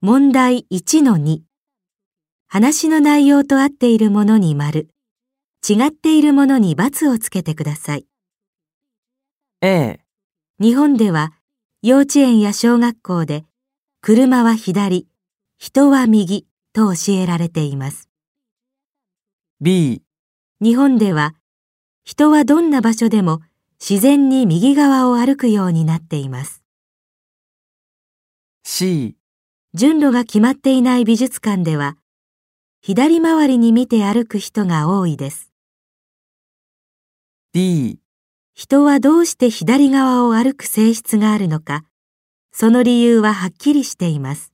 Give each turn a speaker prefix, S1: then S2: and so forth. S1: 問題1-2話の内容と合っているものに丸、違っているものに×をつけてください。
S2: A、
S1: 日本では幼稚園や小学校で車は左、人は右と教えられています。
S2: B、
S1: 日本では人はどんな場所でも自然に右側を歩くようになっています。
S2: C、
S1: 順路が決まっていない美術館では左回りに見て歩く人が多いです。
S2: D、
S1: 人はどうして左側を歩く性質があるのか、その理由ははっきりしています。